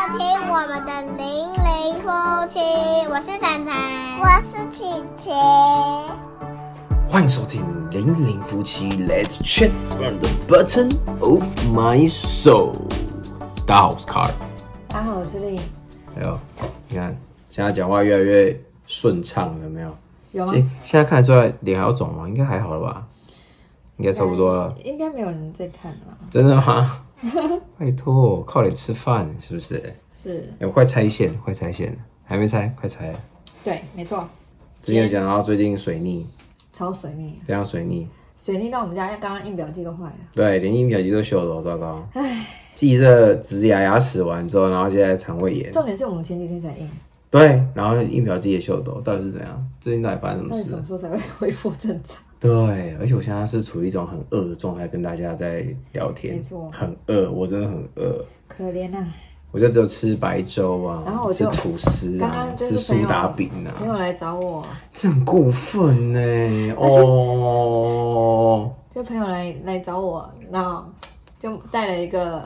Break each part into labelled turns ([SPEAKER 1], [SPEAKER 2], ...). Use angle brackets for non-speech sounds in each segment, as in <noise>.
[SPEAKER 1] 我们的零零夫妻，我是凡凡，
[SPEAKER 2] 我是琪琪。
[SPEAKER 3] 欢迎收听《零零夫妻 Let's Chat from the Bottom of My Soul》。大家好，我是卡尔。
[SPEAKER 4] 大家好，我是丽。
[SPEAKER 3] 哎呦，你看现在讲话越来越顺畅了，有没有？
[SPEAKER 4] 有吗
[SPEAKER 3] 哎、？现在看得出来脸还有肿吗？应该还好了吧？应该差不多了。
[SPEAKER 4] 应该没有人在看了吧。
[SPEAKER 3] 真的吗？ <laughs> 拜托，靠脸吃饭是不是？
[SPEAKER 4] 是，
[SPEAKER 3] 哎、我快拆线，快拆线，还没拆，快拆。
[SPEAKER 4] 对，没错，
[SPEAKER 3] 之前有讲到最近水逆，
[SPEAKER 4] 超水逆啊，
[SPEAKER 3] 非常水逆，
[SPEAKER 4] 水逆到我们家刚刚印表机都坏了。
[SPEAKER 3] 对，连印表机都修了，糟糕。自己这植牙牙齿完之后，然后接下来肠胃炎，
[SPEAKER 4] 重点是我们前几天才印，
[SPEAKER 3] 对，然后印表机也秀抖，到底是怎样？最近到底发生什
[SPEAKER 4] 到
[SPEAKER 3] 么
[SPEAKER 4] 底
[SPEAKER 3] 事
[SPEAKER 4] 什
[SPEAKER 3] 了
[SPEAKER 4] 么？时候才会恢复正
[SPEAKER 3] <laughs>
[SPEAKER 4] 常？
[SPEAKER 3] 啊对，而且我现在是处于一种很饿的状态，跟大家在聊天，
[SPEAKER 4] 没错
[SPEAKER 3] 很饿，我真的很饿，
[SPEAKER 4] 可怜啊！
[SPEAKER 3] 我就只有吃白粥啊，
[SPEAKER 4] 然后我
[SPEAKER 3] 吃
[SPEAKER 4] 就
[SPEAKER 3] 吐司
[SPEAKER 4] 刚
[SPEAKER 3] 啊
[SPEAKER 4] 刚，就
[SPEAKER 3] 吃
[SPEAKER 4] 是朋
[SPEAKER 3] 苏
[SPEAKER 4] 友
[SPEAKER 3] 打饼
[SPEAKER 4] 朋
[SPEAKER 3] 啊，
[SPEAKER 4] 友来找我，
[SPEAKER 3] 这很过分呢、哦，
[SPEAKER 4] 就朋友来来找我，然后就带了一个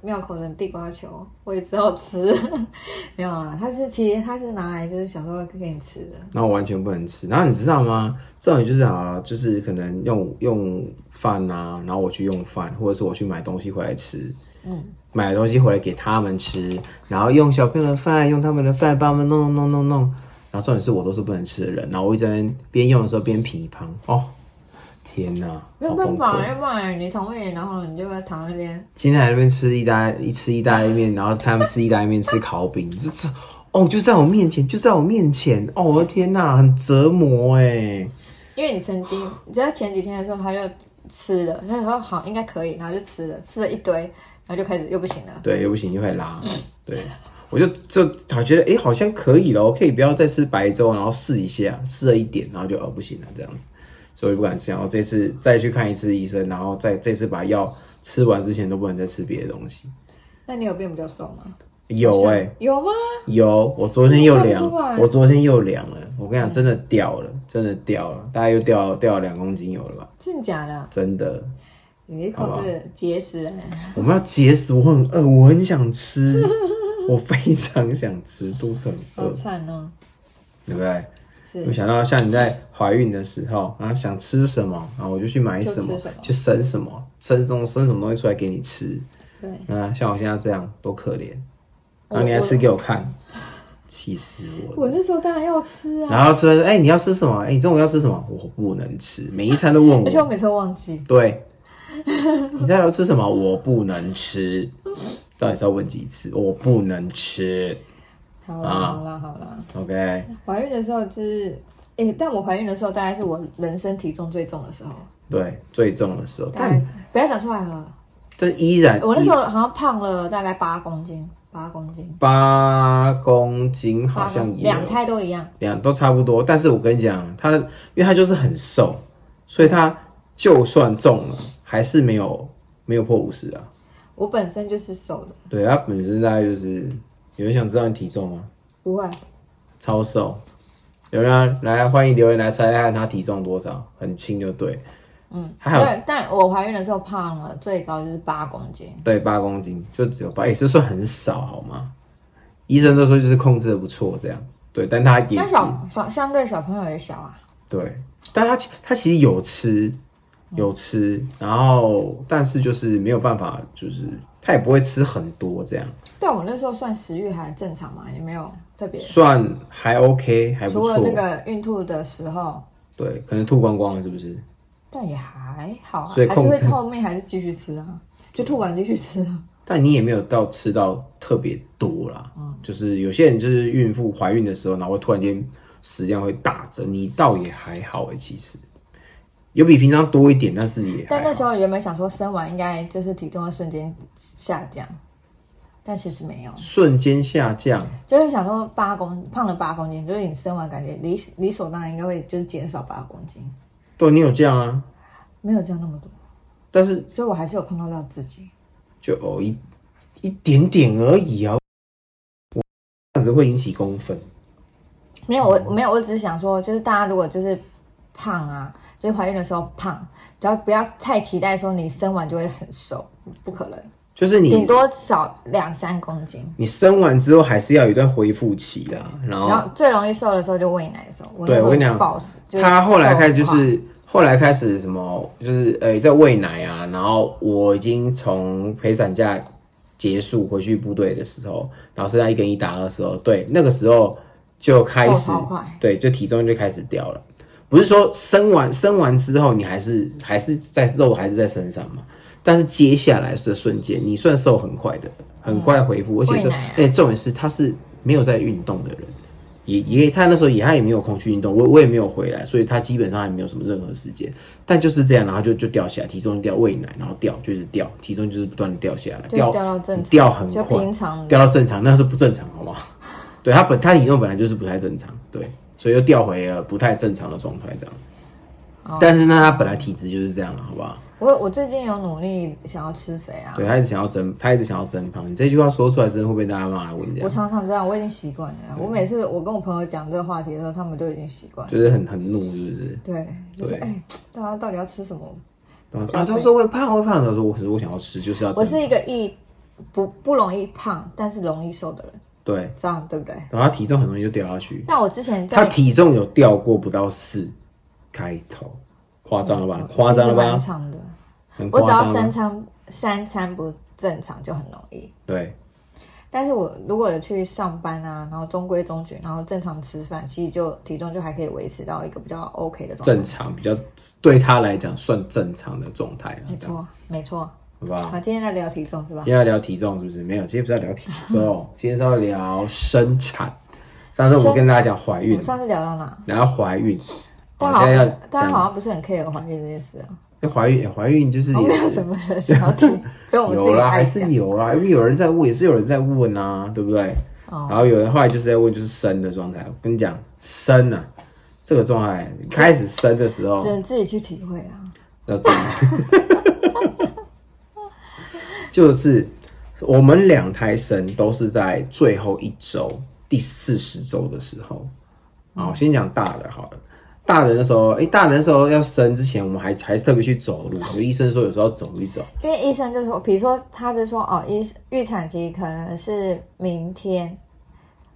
[SPEAKER 4] 庙口的地瓜球，我也只好吃。 <laughs> 没有啊，他是其实他是拿来就是想说给你吃的，
[SPEAKER 3] 然后我完全不能吃。然后你知道吗？这种就是啊，就是可能用用饭啊，然后我去用饭，或者是我去买东西回来吃，嗯，买东西回来给他们吃，然后用小朋友的饭，用他们的饭帮他们弄弄弄弄弄。然后重点是我都是不能吃的人，然后我一直在那边边用的时候边皮胖哦，天哪，
[SPEAKER 4] 没有
[SPEAKER 3] 好崩
[SPEAKER 4] 办法，哎
[SPEAKER 3] 溃
[SPEAKER 4] 要不然你肠胃炎，然后你就要躺在那边。
[SPEAKER 3] 今天还在那边吃意大一吃意大利面，然后他们吃意大利面吃烤饼，这这哦就在我面前，就在我面前，哦我的天哪，很折磨哎、
[SPEAKER 4] 因为你曾经，你知道前几天的时候，他就吃了，他就说好应该可以，然后就吃了，吃了一堆，然后就开始又不行了。
[SPEAKER 3] 对，又不行就会拉，
[SPEAKER 4] 嗯
[SPEAKER 3] 对，我就就好觉得哎、诶好像可以了，我可以不要再吃白粥，然后试一下，试了一点，然后就哦不行了这样子，所以不敢吃。然后这次再去看一次医生，然后再这次把药吃完之前都不能再吃别的东西。
[SPEAKER 4] 那你有变比较瘦吗？
[SPEAKER 3] 有哎、诶
[SPEAKER 4] 有吗？
[SPEAKER 3] 有，我昨天又凉
[SPEAKER 4] 啊看不出，来
[SPEAKER 3] 我昨天又凉了。我跟你讲，真的掉了，真的掉了，大概又掉掉了两公斤有了吧？
[SPEAKER 4] 真的假的？
[SPEAKER 3] 真的，
[SPEAKER 4] 你是靠这个节食、欸？
[SPEAKER 3] 我们要节食，我很饿，我很想吃，我非常想吃，肚子很
[SPEAKER 4] 好
[SPEAKER 3] 饿，
[SPEAKER 4] 惨哦！
[SPEAKER 3] 对不对？
[SPEAKER 4] 是
[SPEAKER 3] 我想到像你在怀孕的时候，然后想吃什么，然后我就去买
[SPEAKER 4] 就
[SPEAKER 3] 什么
[SPEAKER 4] 吃什么，
[SPEAKER 3] 去生什么，生中生什么东西出来给你吃。
[SPEAKER 4] 对，
[SPEAKER 3] 啊，像我现在这样多可怜，
[SPEAKER 4] 我
[SPEAKER 3] 然后你还吃给我看，气死我
[SPEAKER 4] 我
[SPEAKER 3] 了！
[SPEAKER 4] 那时候当然要吃啊，
[SPEAKER 3] 然后吃完，哎、你要吃什么？哎、你中午要吃什么？我不能吃，每一餐都问
[SPEAKER 4] 而且我
[SPEAKER 3] 我。
[SPEAKER 4] 每次都忘记。
[SPEAKER 3] 对，你到底要吃什么？我不能吃，到底是要问几次？我不能吃。
[SPEAKER 4] 好啦
[SPEAKER 3] 啊
[SPEAKER 4] 好啦好啦，
[SPEAKER 3] OK，
[SPEAKER 4] 怀孕的时候就是，哎、但我怀孕的时候大概是我人生体重最重的时候，
[SPEAKER 3] 对，最重的时候，
[SPEAKER 4] 大概
[SPEAKER 3] 但
[SPEAKER 4] 不要讲出来了。
[SPEAKER 3] 但依然
[SPEAKER 4] 我那时候好像胖了大概八公斤，八公斤。
[SPEAKER 3] 八公斤好像也有
[SPEAKER 4] 两胎都一样，
[SPEAKER 3] 两都差不多，但是我跟你讲，他因为他就是很瘦，所以他就算重了，还是没有没有破五十啊。
[SPEAKER 4] 我本身就是瘦的，
[SPEAKER 3] 对他本身大概就是，有人想知道你体重吗？
[SPEAKER 4] 不会，
[SPEAKER 3] 超瘦，有人啊来欢迎留言来猜猜看他体重多少，很轻就对，
[SPEAKER 4] 嗯，
[SPEAKER 3] 还好
[SPEAKER 4] 对，但我怀孕的时候胖了，最高就是八公斤，
[SPEAKER 3] 对，八公斤就只有八，哎、这算很少好吗？医生都说就是控制的不错这样，对，但他也
[SPEAKER 4] 但小小相对小朋友也小啊，
[SPEAKER 3] 对，但他其他其实有吃，有吃，然后但是就是没有办法，就是他也不会吃很多这样，
[SPEAKER 4] 但我那时候算食欲还正常嘛，也没有特别，
[SPEAKER 3] 算还 OK，还不
[SPEAKER 4] 除了
[SPEAKER 3] 错。
[SPEAKER 4] 那个孕吐的时候，
[SPEAKER 3] 对，可能吐光光了是不是？
[SPEAKER 4] 但也还好啊，
[SPEAKER 3] 所以
[SPEAKER 4] 还是
[SPEAKER 3] 控
[SPEAKER 4] 会
[SPEAKER 3] 制
[SPEAKER 4] 后面还是继续吃啊，就吐完继续吃啊，
[SPEAKER 3] 但你也没有到吃到特别多啦，
[SPEAKER 4] 嗯
[SPEAKER 3] 就是有些人就是孕妇怀孕的时候，然后会突然间食量会大增，你倒也还好哎、其实有比平常多一点，但是也还
[SPEAKER 4] 但那
[SPEAKER 3] 好
[SPEAKER 4] 时候原本想说生完应该就是体重会瞬间下降，但其实没有，
[SPEAKER 3] 瞬间下降，
[SPEAKER 4] 就是想说八公胖了八公斤，就是你生完感觉理理所当然应该会就是减少八公斤，
[SPEAKER 3] 对你有这样啊，
[SPEAKER 4] 没有降那么多，
[SPEAKER 3] 但是
[SPEAKER 4] 所以我还是有碰到到自己。
[SPEAKER 3] 就哦一一点点而已啊，我这样子会引起公愤。
[SPEAKER 4] 没有我没有，我只是想说，就是大家如果就是胖啊，就是怀孕的时候胖，只要不要太期待说你生完就会很瘦，不可能。
[SPEAKER 3] 就是
[SPEAKER 4] 顶
[SPEAKER 3] 你
[SPEAKER 4] 多少两三公斤。
[SPEAKER 3] 你生完之后还是要有一段恢复期啦，然后
[SPEAKER 4] 然后最容易瘦的时候就喂奶的时候，哦我那
[SPEAKER 3] 对
[SPEAKER 4] 时候
[SPEAKER 3] 我跟你讲
[SPEAKER 4] 暴食，就是
[SPEAKER 3] 他后来开始就
[SPEAKER 4] 瘦得
[SPEAKER 3] 是后来开始什么，就是呃、在喂奶啊，然后我已经从陪产假结束回去部队的时候，然后剩下一根一打二的时候，对，那个时候就开始
[SPEAKER 4] 瘦超快
[SPEAKER 3] 对，就体重就开始掉了。不是说生完生完之后你还是还是在肉还是在身上嘛，但是接下来是瞬间你算瘦很快的，很快恢复，而且这
[SPEAKER 4] 嗯喂奶啊
[SPEAKER 3] 而且重点是他是没有在运动的人。也也他那时候也他也没有空去运动，我我也没有回来，所以他基本上也没有什么任何时间。但就是这样，然后就就掉下来，体重就掉，喂奶，然后掉就是掉，体重就是不断的掉下来，
[SPEAKER 4] 就
[SPEAKER 3] 掉
[SPEAKER 4] 掉到正常
[SPEAKER 3] 掉很
[SPEAKER 4] 就
[SPEAKER 3] 快，
[SPEAKER 4] 平常的
[SPEAKER 3] 掉到正常，那是不正常，好 <laughs> 吗？对他本他体重本来就是不太正常，对，所以又掉回了不太正常的状态这样。
[SPEAKER 4] 哦
[SPEAKER 3] 但是呢，他本来体质就是这样，啊好不好？
[SPEAKER 4] 我我最近有努力想要吃肥啊，
[SPEAKER 3] 对他一直想要增，他一直想要增胖。你这句话说出来，真的会被大家骂来文这
[SPEAKER 4] 我
[SPEAKER 3] 样，
[SPEAKER 4] 常常这样，我已经习惯了。我每次我跟我朋友讲这个话题的时候，他们都已经习惯了。
[SPEAKER 3] 就是很很怒，是不是？
[SPEAKER 4] 对，就是
[SPEAKER 3] 对
[SPEAKER 4] 哎，大家到底要吃什么？
[SPEAKER 3] 然后说啊，他说我也胖，我也胖。他说我可是我想要吃，就是要
[SPEAKER 4] 我
[SPEAKER 3] 增
[SPEAKER 4] 是一个易不不容易胖，但是容易瘦的人，
[SPEAKER 3] 对，
[SPEAKER 4] 这样对不对？
[SPEAKER 3] 然后他体重很容易就掉下去。
[SPEAKER 4] 但我之前
[SPEAKER 3] 他
[SPEAKER 4] 在
[SPEAKER 3] 体重有掉过不到四开头，夸张了吧？夸张了
[SPEAKER 4] 嗯其实蛮
[SPEAKER 3] 吧？
[SPEAKER 4] 长的，
[SPEAKER 3] 很
[SPEAKER 4] 我只
[SPEAKER 3] 夸张啊
[SPEAKER 4] 要三
[SPEAKER 3] 了。
[SPEAKER 4] 餐三餐不正常就很容易。
[SPEAKER 3] 对，
[SPEAKER 4] 但是我如果有去上班啊，然后中规中矩，然后正常吃饭，其实就体重就还可以维持到一个比较 OK 的状态。
[SPEAKER 3] 正常比较对他来讲算正常的状态了
[SPEAKER 4] 没，错，没错。
[SPEAKER 3] 好不好
[SPEAKER 4] 好，？今天在聊体重是吧
[SPEAKER 3] 今？天要聊体重是不是？没有，今天不是要聊体
[SPEAKER 4] <laughs>
[SPEAKER 3] 重，今天是要聊生产。上次我们跟大家讲怀
[SPEAKER 4] 我
[SPEAKER 3] 孕
[SPEAKER 4] 们，上次聊到哪？
[SPEAKER 3] 然后怀孕，
[SPEAKER 4] 大
[SPEAKER 3] 我
[SPEAKER 4] 家好
[SPEAKER 3] 啊现在要
[SPEAKER 4] 像大家好
[SPEAKER 3] 讲
[SPEAKER 4] 像不是很 care 怀孕这件事啊，
[SPEAKER 3] 这怀孕，哎怀孕就是
[SPEAKER 4] 我
[SPEAKER 3] 也
[SPEAKER 4] 没有
[SPEAKER 3] 是
[SPEAKER 4] 什么人想
[SPEAKER 3] <laughs>
[SPEAKER 4] 要听，只有我们自
[SPEAKER 3] 有
[SPEAKER 4] 己
[SPEAKER 3] 啦，
[SPEAKER 4] 爱
[SPEAKER 3] 还
[SPEAKER 4] 讲
[SPEAKER 3] 是。有啦，因为有人在问，也是有人在问啊，对不对？
[SPEAKER 4] 哦
[SPEAKER 3] 然后有人后来就是在问，就是生的状态。我跟你讲，生啊，这个状态开始生的时候
[SPEAKER 4] 只能自己去体会啊。
[SPEAKER 3] 要怎么？ <laughs> 就是我们两胎生都是在最后一周，第四十周的时候。
[SPEAKER 4] 嗯
[SPEAKER 3] 啊，我先讲大的好了。大的那时候，哎、大的那时候要生之前，我们还还特别去走路。有医生说有时候要走一走，
[SPEAKER 4] 因为医生就说，比如说，他就说，哦，医预产期可能是明天，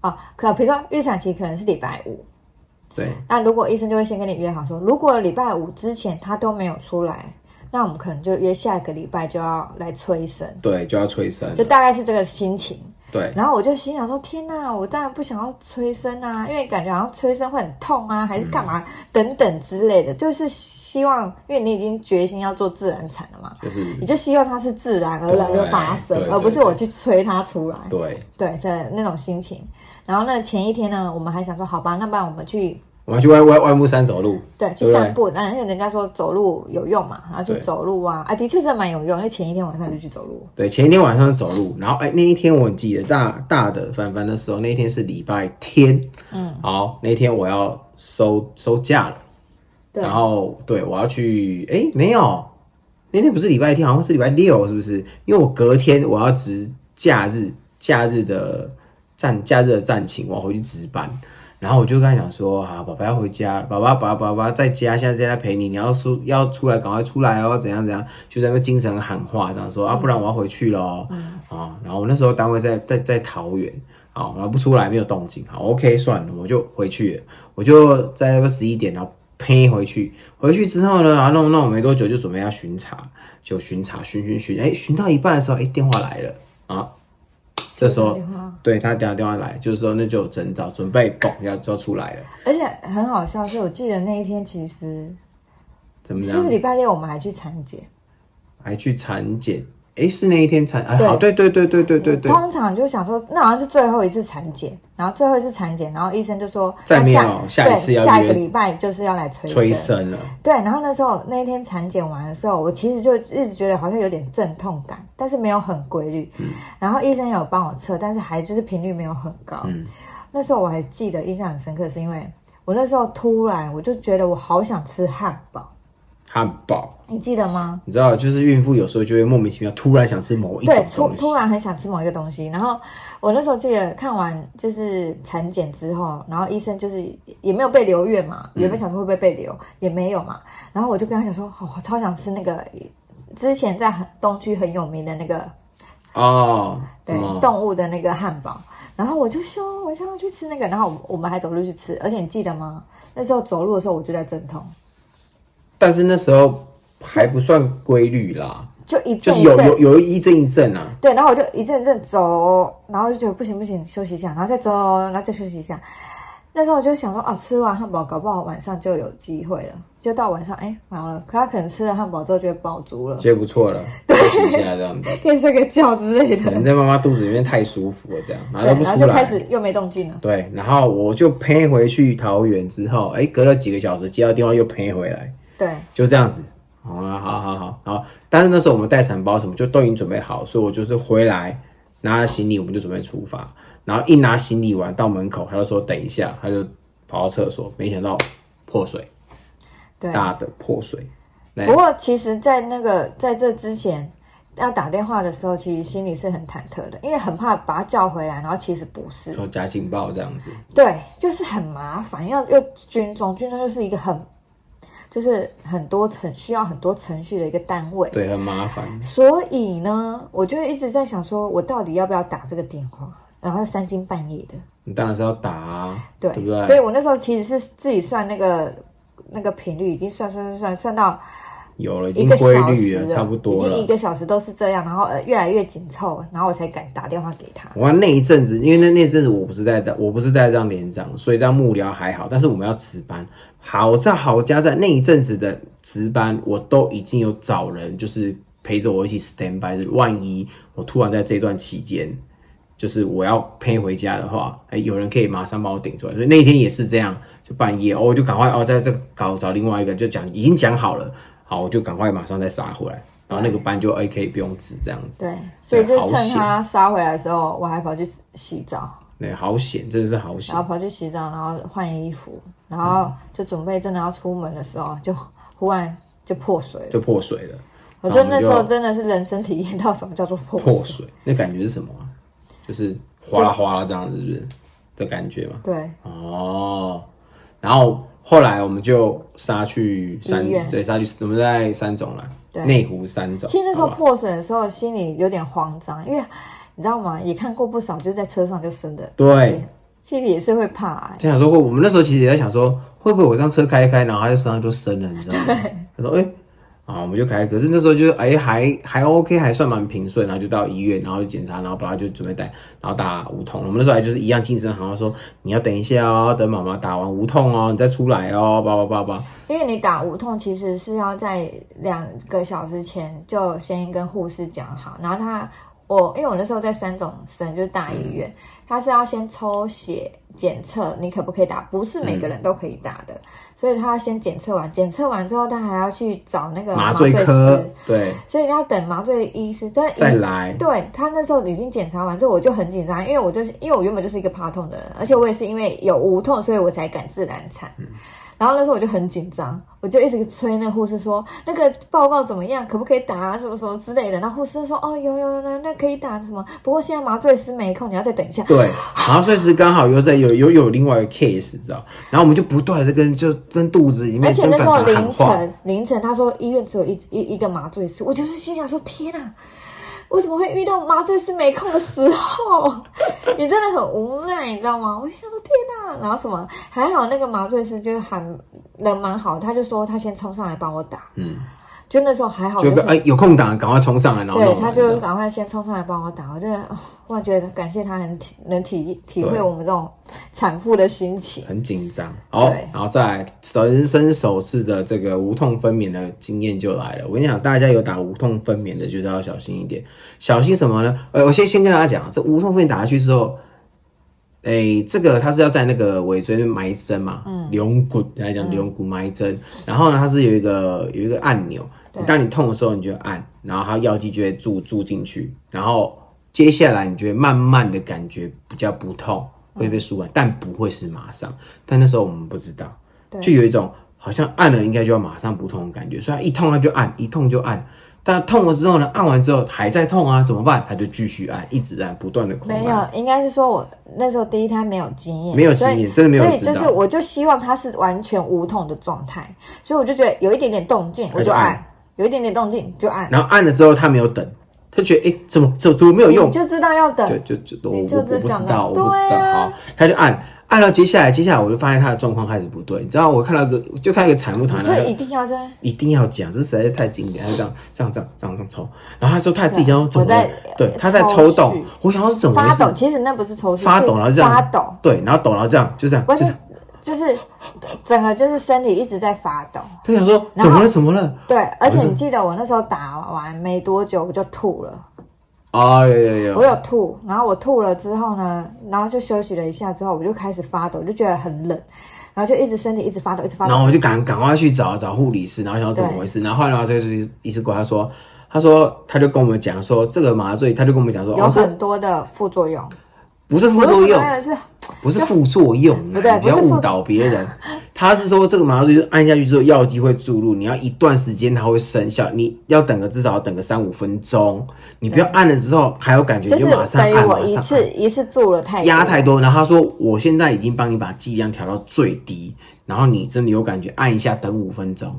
[SPEAKER 4] 哦，可比如说预产期可能是礼拜五，
[SPEAKER 3] 对，
[SPEAKER 4] 那如果医生就会先跟你约好说，如果礼拜五之前他都没有出来，那我们可能就约下一个礼拜就要来催生，
[SPEAKER 3] 对，就要催生，
[SPEAKER 4] 就大概是这个心情。
[SPEAKER 3] 对，
[SPEAKER 4] 然后我就心想说：“天哪，我当然不想要催生啊，因为感觉好像催生会很痛啊，还是干嘛、等等之类的，就是希望，因为你已经决心要做自然产了嘛，
[SPEAKER 3] 就是
[SPEAKER 4] 你就希望它是自然而然就发生
[SPEAKER 3] 对，对
[SPEAKER 4] 而不是我去催它出来，
[SPEAKER 3] 对，
[SPEAKER 4] 对的那种心情。然后呢，前一天呢，我们还想说，好吧，那不然我们去
[SPEAKER 3] 我们去外外外木山走路，
[SPEAKER 4] 对，去
[SPEAKER 3] 对不对
[SPEAKER 4] 散步，那因为人家说走路有用嘛，然后去
[SPEAKER 3] 对
[SPEAKER 4] 走路啊，啊，的确是蛮有用，因为前一天晚上就去走路，
[SPEAKER 3] 对，前一天晚上走路，然后哎、那一天我很记得大大的翻翻的时候，那一天是礼拜天，嗯，好，那一天我要收收假了，
[SPEAKER 4] 对
[SPEAKER 3] 然后对我要去，哎、没有，那天不是礼拜天，好像是礼拜六，是不是？因为我隔天我要值假日，假日的站假日的站勤，我要回去值班。然后我就跟他讲说啊，爸爸要回家，爸爸爸爸爸爸在家，现在在家陪你，你要出要出来，赶快出来哦，怎样怎样，就在那边精神喊话，这样说啊，不然我要回去喽，啊，然后我那时候单位在在在桃园，好，啊然后不出来没有动静，好，OK 算了，我就回去了，我就在那个十一点，然后呸回去，回去之后呢，啊弄弄没多久就准备要巡查，就巡查巡巡巡，哎，巡到一半的时候，哎，电话来了啊，这时
[SPEAKER 4] 打
[SPEAKER 3] 候
[SPEAKER 4] 电话
[SPEAKER 3] 对他打电话来，就是说那就有征兆，准备嘣要就要出来了，
[SPEAKER 4] 而且很好笑，是我记得那一天其实
[SPEAKER 3] 怎么
[SPEAKER 4] 是不是
[SPEAKER 3] 样？
[SPEAKER 4] 礼拜六我们还去产检？
[SPEAKER 3] 还去产检，哎，是那一天产，哎，
[SPEAKER 4] 对
[SPEAKER 3] 好，对对对对对对对，
[SPEAKER 4] 通常就想说，那好像是最后一次产检，然后最后一次产检，然后医生就说，
[SPEAKER 3] 再
[SPEAKER 4] 那
[SPEAKER 3] 没有
[SPEAKER 4] 下
[SPEAKER 3] 下一次要
[SPEAKER 4] 对下
[SPEAKER 3] 约
[SPEAKER 4] 一个礼拜就是要来催
[SPEAKER 3] 催
[SPEAKER 4] 生。
[SPEAKER 3] 生了，
[SPEAKER 4] 对，然后那时候那一天产检完的时候，我其实就一直觉得好像有点阵痛感，但是没有很规律。然后医生有帮我测，但是还就是频率没有很高。那时候我还记得印象很深刻，是因为我那时候突然我就觉得我好想吃汉堡，
[SPEAKER 3] 汉堡。
[SPEAKER 4] 你记得吗？
[SPEAKER 3] 你知道，就是孕妇有时候就会莫名其妙突然想吃某一种
[SPEAKER 4] 对，突
[SPEAKER 3] 东西，
[SPEAKER 4] 突然很想吃某一个东西，然后我那时候记得看完就是产检之后，然后医生就是也没有被留院嘛，原
[SPEAKER 3] 嗯
[SPEAKER 4] 本想说会不会被留，也没有嘛，然后我就跟他讲说，哦我超想吃那个之前在很东区很有名的那个
[SPEAKER 3] 哦，
[SPEAKER 4] 对，
[SPEAKER 3] 什么
[SPEAKER 4] 动物的那个汉堡。然后我就说，我想要去吃那个，然后我我们还走路去吃，而且你记得吗？那时候走路的时候我就在阵痛，
[SPEAKER 3] 但是那时候还不算规律啦，
[SPEAKER 4] 就一
[SPEAKER 3] 就
[SPEAKER 4] 阵
[SPEAKER 3] 是
[SPEAKER 4] 一
[SPEAKER 3] 有
[SPEAKER 4] 阵，
[SPEAKER 3] 有有一阵一阵啊。
[SPEAKER 4] 对，然后我就一阵一阵走，然后就觉得不行不行，休息一下，然后再走，然后再休息一下。那时候我就想说，啊，吃完汉堡，搞不好晚上就有机会了。就到晚上，哎，好了，可他可能吃了汉堡之后就会饱足了，
[SPEAKER 3] 觉得不错了，休息一下这样子，
[SPEAKER 4] 可以睡个觉之类
[SPEAKER 3] 可能
[SPEAKER 4] 的。
[SPEAKER 3] 在妈妈肚子里面太舒服了，这样拿
[SPEAKER 4] 对
[SPEAKER 3] 都，不
[SPEAKER 4] 然后
[SPEAKER 3] 出
[SPEAKER 4] 就开
[SPEAKER 3] 来。
[SPEAKER 4] 始又没动静了。
[SPEAKER 3] 对，然后我就陪回去桃园之后，哎，隔了几个小时接到电话又陪回来，
[SPEAKER 4] 对，
[SPEAKER 3] 就这样子。好啊，好好好好。但是那时候我们待产包什么就都已经准备好，所以我就是回来拿了行李，我们就准备出发。然后一拿行李完到门口，他就说等一下，他就跑到厕所，没想到破水，
[SPEAKER 4] 对
[SPEAKER 3] 大的破水。对
[SPEAKER 4] 不过其实，在那个在这之前要打电话的时候，其实心里是很忐忑的，因为很怕把他叫回来，然后其实不是，
[SPEAKER 3] 说假警报这样子，
[SPEAKER 4] 对，就是很麻烦，要要军中，军中就是一个很就是很多程需要很多程序的一个单位，
[SPEAKER 3] 对，很麻烦。
[SPEAKER 4] 所以呢，我就一直在想说，我到底要不要打这个电话，然后三更半夜的，
[SPEAKER 3] 你当然是要打、啊，
[SPEAKER 4] 对，
[SPEAKER 3] 不对？
[SPEAKER 4] 所以我那时候其实是自己算那个那个频率，已经算算算算算到。
[SPEAKER 3] 有了，已
[SPEAKER 4] 一
[SPEAKER 3] 经
[SPEAKER 4] 个
[SPEAKER 3] 规
[SPEAKER 4] 小
[SPEAKER 3] 律
[SPEAKER 4] 时
[SPEAKER 3] 了，差不
[SPEAKER 4] 已
[SPEAKER 3] 多
[SPEAKER 4] 经
[SPEAKER 3] 了
[SPEAKER 4] 一。个小时都是这样，然后呃越来越紧凑，然后我才敢打电话给他。
[SPEAKER 3] 我那一阵子，因为那那一阵子我不是在当，我不是在当连长，所以当幕僚还好。但是我们要值班，好在好家在那一阵子的值班，我都已经有找人，就是陪着我一起 stand by，就是万一我突然在这段期间，就是我要陪回家的话，哎、有人可以马上帮我顶出来。所以那一天也是这样，就半夜哦，我就赶快哦，在这搞找另外一个，就讲已经讲好了，好，我就赶快马上再杀回来。然后那个班就哎、可以不用值这样子，
[SPEAKER 4] 对，所以就
[SPEAKER 3] 好
[SPEAKER 4] 趁
[SPEAKER 3] 险
[SPEAKER 4] 他杀回来的时候，我还跑去洗澡，
[SPEAKER 3] 对，好险，真的是嗯好险
[SPEAKER 4] 然。后跑去洗澡，然后换衣服，然后就准备真的要出门的时候，就忽然就破水了。
[SPEAKER 3] 就破水了，
[SPEAKER 4] 我觉得哦那时候
[SPEAKER 3] 然后
[SPEAKER 4] 真的是人生体验到什么叫做破
[SPEAKER 3] 破
[SPEAKER 4] 水。
[SPEAKER 3] <laughs> 水，那感觉是什么啊、就是哗啦哗啦这样子，是不是的感觉嘛？
[SPEAKER 4] 对，
[SPEAKER 3] 哦，然后后来我们就杀去三
[SPEAKER 4] 医院
[SPEAKER 3] 对，杀去我们在三种啦，
[SPEAKER 4] 对
[SPEAKER 3] 内湖三种。
[SPEAKER 4] 其实那时候
[SPEAKER 3] 好吧
[SPEAKER 4] 破水的时候，心里有点慌张，因为你知道吗？也看过不少就在车上就生的，
[SPEAKER 3] 对，
[SPEAKER 4] 心里也是会怕、欸。
[SPEAKER 3] 就想说会，我们那时候其实也在想说，会不会我让车开一开，然后他就身上就生了，你知道吗？他说，哎、啊，我们就开，可是那时候就是，哎、还还 OK，还算蛮平顺，然后就到医院，然后就检查，然后把他就准备带，然后打无痛。我们那时候还就是一样精神，好像说你要等一下哦，等妈妈打完无痛哦，你再出来哦，叭叭叭叭。
[SPEAKER 4] 因为你打无痛其实是要在两个小时前就先跟护士讲好，然后他我因为我那时候在三种生就是大医院，他是要先抽血检测你可不可以打，不是每个人都可以打的，所以他要先检测完，检测完之后他还要去找那个
[SPEAKER 3] 麻
[SPEAKER 4] 麻
[SPEAKER 3] 醉
[SPEAKER 4] 醉
[SPEAKER 3] 科
[SPEAKER 4] 师，
[SPEAKER 3] 对，
[SPEAKER 4] 所以要等麻醉医师，但
[SPEAKER 3] 再来
[SPEAKER 4] 对他那时候已经检查完之后，我就很紧张，因为我就是因为我原本就是一个怕痛的人，而且我也是因为有无痛，所以我才敢自然产。然后那时候我就很紧张，我就一直催那护士说那个报告怎么样，可不可以打啊，什么什么之类的。然后护士就说哦，有有有，那那可以打什么？不过现在麻醉师没空，你要再等一下。 <laughs>
[SPEAKER 3] 对，然后随时刚好又在有有有另外一个 case，知道，然后我们就不断的跟就跟肚子里面
[SPEAKER 4] 而且
[SPEAKER 3] 跟
[SPEAKER 4] 那时候
[SPEAKER 3] 反反喊
[SPEAKER 4] 凌
[SPEAKER 3] 话，
[SPEAKER 4] 晨凌晨，他说医院只有一一一个麻醉师，我就是心想说天哪、我怎么会遇到麻醉师没空的时候？ <laughs> 你真的很无奈，你知道吗？我就想说天哪、然后什么还好那个麻醉师就是还人蛮好，他就说他先冲上来帮我打，
[SPEAKER 3] 嗯，
[SPEAKER 4] 就那时候还好，
[SPEAKER 3] 就
[SPEAKER 4] 我
[SPEAKER 3] 跟哎、有空档赶快冲上来，然后
[SPEAKER 4] 对，
[SPEAKER 3] 弄
[SPEAKER 4] 他
[SPEAKER 3] 完这
[SPEAKER 4] 就
[SPEAKER 3] 样
[SPEAKER 4] 赶快先冲上来帮我打，我真的哦忽然觉得感谢他很体能体体会
[SPEAKER 3] 对
[SPEAKER 4] 我们这种产妇的心情。
[SPEAKER 3] 很紧张。好，
[SPEAKER 4] 对
[SPEAKER 3] 然后再来人生首次的这个无痛分娩的经验就来了。我跟你讲，大家有打无痛分娩的，就是要小心一点。小心什么呢？呃，我先先跟大家讲，这无痛分娩打下去之后。哎、这个它是要在那个尾椎埋一针嘛，嗯，龙骨来
[SPEAKER 4] 嗯
[SPEAKER 3] 讲，龙骨埋一针，然后呢，它是有一个有一个按钮，
[SPEAKER 4] 对
[SPEAKER 3] 当你痛的时候你就按，然后它药剂就会注注进去，然后接下来你就会慢慢的感觉比较不痛，
[SPEAKER 4] 嗯
[SPEAKER 3] 会被舒缓，但不会是马上，但那时候我们不知道，
[SPEAKER 4] 对
[SPEAKER 3] 就有一种好像按了应该就要马上不痛的感觉，所以它一痛它就按，一痛就按。但痛了之后呢？按完之后还在痛啊，怎么办？他就继续按，一直按，不断的狂按。
[SPEAKER 4] 没有，应该是说我那时候第一胎没有经验，
[SPEAKER 3] 没有经验
[SPEAKER 4] 所以
[SPEAKER 3] 真的没有
[SPEAKER 4] 所以
[SPEAKER 3] 知道
[SPEAKER 4] 就是我就希望它是完全无痛的状态，所以我就觉得有一点点动静
[SPEAKER 3] 那就
[SPEAKER 4] 我就按，
[SPEAKER 3] 按
[SPEAKER 4] 有一点点动静就按，
[SPEAKER 3] 然后按了之后他没有等，他觉得哎、怎么怎么怎么没有用
[SPEAKER 4] 你？就知道要
[SPEAKER 3] 对，
[SPEAKER 4] 等，
[SPEAKER 3] 就就我我
[SPEAKER 4] 你就
[SPEAKER 3] 我
[SPEAKER 4] 只
[SPEAKER 3] 不知
[SPEAKER 4] 讲
[SPEAKER 3] 道，我
[SPEAKER 4] 了
[SPEAKER 3] 不知
[SPEAKER 4] 对
[SPEAKER 3] 道。
[SPEAKER 4] 啊
[SPEAKER 3] 好，他就按按到接下来，接下来我就发现他的状况开始不对。你知道，我看到一个就看到一个产木堂，
[SPEAKER 4] 就
[SPEAKER 3] 然后
[SPEAKER 4] 一定要这样。
[SPEAKER 3] 一定要讲，这实在是太经典，他就这样这样这样这样这样抽。然后他说他自己
[SPEAKER 4] 对
[SPEAKER 3] 要怎么
[SPEAKER 4] 我在
[SPEAKER 3] 了？对，他在
[SPEAKER 4] 抽
[SPEAKER 3] 抽动
[SPEAKER 4] 搐，
[SPEAKER 3] 我想要是怎么回
[SPEAKER 4] 发抖，
[SPEAKER 3] 事？
[SPEAKER 4] 其实那不是抽搐，
[SPEAKER 3] 发
[SPEAKER 4] 是
[SPEAKER 3] 抖，然后这样
[SPEAKER 4] 发抖，
[SPEAKER 3] 对，然后抖，然后这样，就这样，就
[SPEAKER 4] 完
[SPEAKER 3] 这
[SPEAKER 4] 全
[SPEAKER 3] 样。
[SPEAKER 4] 就是整个就是身体一直在发抖。
[SPEAKER 3] 他想说
[SPEAKER 4] 然
[SPEAKER 3] 怎
[SPEAKER 4] 后
[SPEAKER 3] 么了？怎么了？
[SPEAKER 4] 对，而且
[SPEAKER 3] 我哦就
[SPEAKER 4] 你记得我那时候打完没多久我就吐了，
[SPEAKER 3] 啊，有有有，
[SPEAKER 4] 我有吐，然后我吐了之后呢，然后就休息了一下之后，我就开始发抖，就觉得很冷，然后就一直身体一直发抖，一直发
[SPEAKER 3] 然
[SPEAKER 4] 抖。
[SPEAKER 3] 后我就赶赶快去找找护理师，然后想要怎么回事，然后后来然后就是医师过来他说，他说他就跟我们讲说这个麻醉，他就跟我们讲说，
[SPEAKER 4] 有
[SPEAKER 3] 哦，这
[SPEAKER 4] 很多的副作用，
[SPEAKER 3] 不是
[SPEAKER 4] 不
[SPEAKER 3] 副
[SPEAKER 4] 是
[SPEAKER 3] 作用，
[SPEAKER 4] 是
[SPEAKER 3] 不是副作用啊，
[SPEAKER 4] 不对
[SPEAKER 3] 你不要
[SPEAKER 4] 不是副
[SPEAKER 3] 误导别人。他是说这个麻醉就是按下去之后药剂会注入，你要一段时间它会生效，你要等个至少要等个三五分钟，你不要按了之后还有感觉
[SPEAKER 4] 就
[SPEAKER 3] 你
[SPEAKER 4] 是
[SPEAKER 3] 就马上
[SPEAKER 4] 等于
[SPEAKER 3] 按，
[SPEAKER 4] 我
[SPEAKER 3] 马
[SPEAKER 4] 一
[SPEAKER 3] 上
[SPEAKER 4] 次一次做了太
[SPEAKER 3] 按
[SPEAKER 4] 多
[SPEAKER 3] 压太多。然后他说我现在已经帮你把剂量调到最低，然后你真的有感觉按一下等五分钟。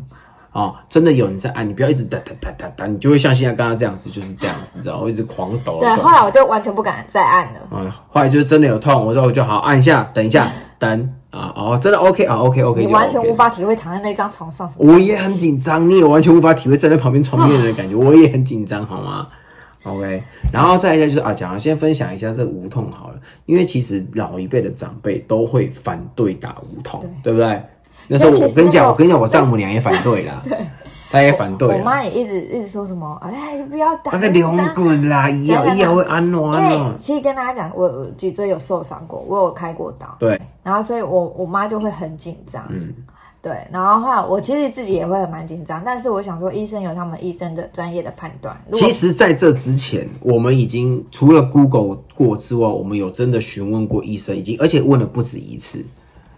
[SPEAKER 3] 哦，真的有人在按，你不要一直哒哒哒哒哒，你就会像现在刚刚这样子，就是这样，你知道，我一直狂抖。
[SPEAKER 4] 对，后来我就完全不敢再按了。
[SPEAKER 3] 啊，后来就是真的有痛，我说我就好按一下，等一下，等啊，哦，真的 OK 啊，OK OK，
[SPEAKER 4] 你完全无。法体会躺在那张床上什么。
[SPEAKER 3] 我也很紧张，你也完全无法体会站在旁边床边人的感觉，我也很紧张，好吗？OK，然后再一下就是啊，讲先分享一下这无痛好了，因为其实老一辈的长辈都会反对打无痛，对不对？那时候
[SPEAKER 4] 所以
[SPEAKER 3] 我
[SPEAKER 4] 其实
[SPEAKER 3] 跟你
[SPEAKER 4] 那时
[SPEAKER 3] 讲，
[SPEAKER 4] 候
[SPEAKER 3] 我跟你讲，我丈母娘也反对啦，她也反对
[SPEAKER 4] 我
[SPEAKER 3] 啦，
[SPEAKER 4] 妈也一直一直说什么，哎，不要打
[SPEAKER 3] 那个流滚啦，一
[SPEAKER 4] 样
[SPEAKER 3] 样一样会安暖
[SPEAKER 4] 因
[SPEAKER 3] 哦
[SPEAKER 4] 为，其实跟大家讲，我我脊椎有受伤过，我有开过刀，
[SPEAKER 3] 对，
[SPEAKER 4] 然后所以我我妈就会很紧张，嗯，对，然后后来我其实自己也会蛮紧张，但是我想说，医生有他们医生的专业的判断，如果
[SPEAKER 3] 其实，在这之前，我们已经除了 Google 过之外，我们有真的询问过医生，已经而且问了不止一次，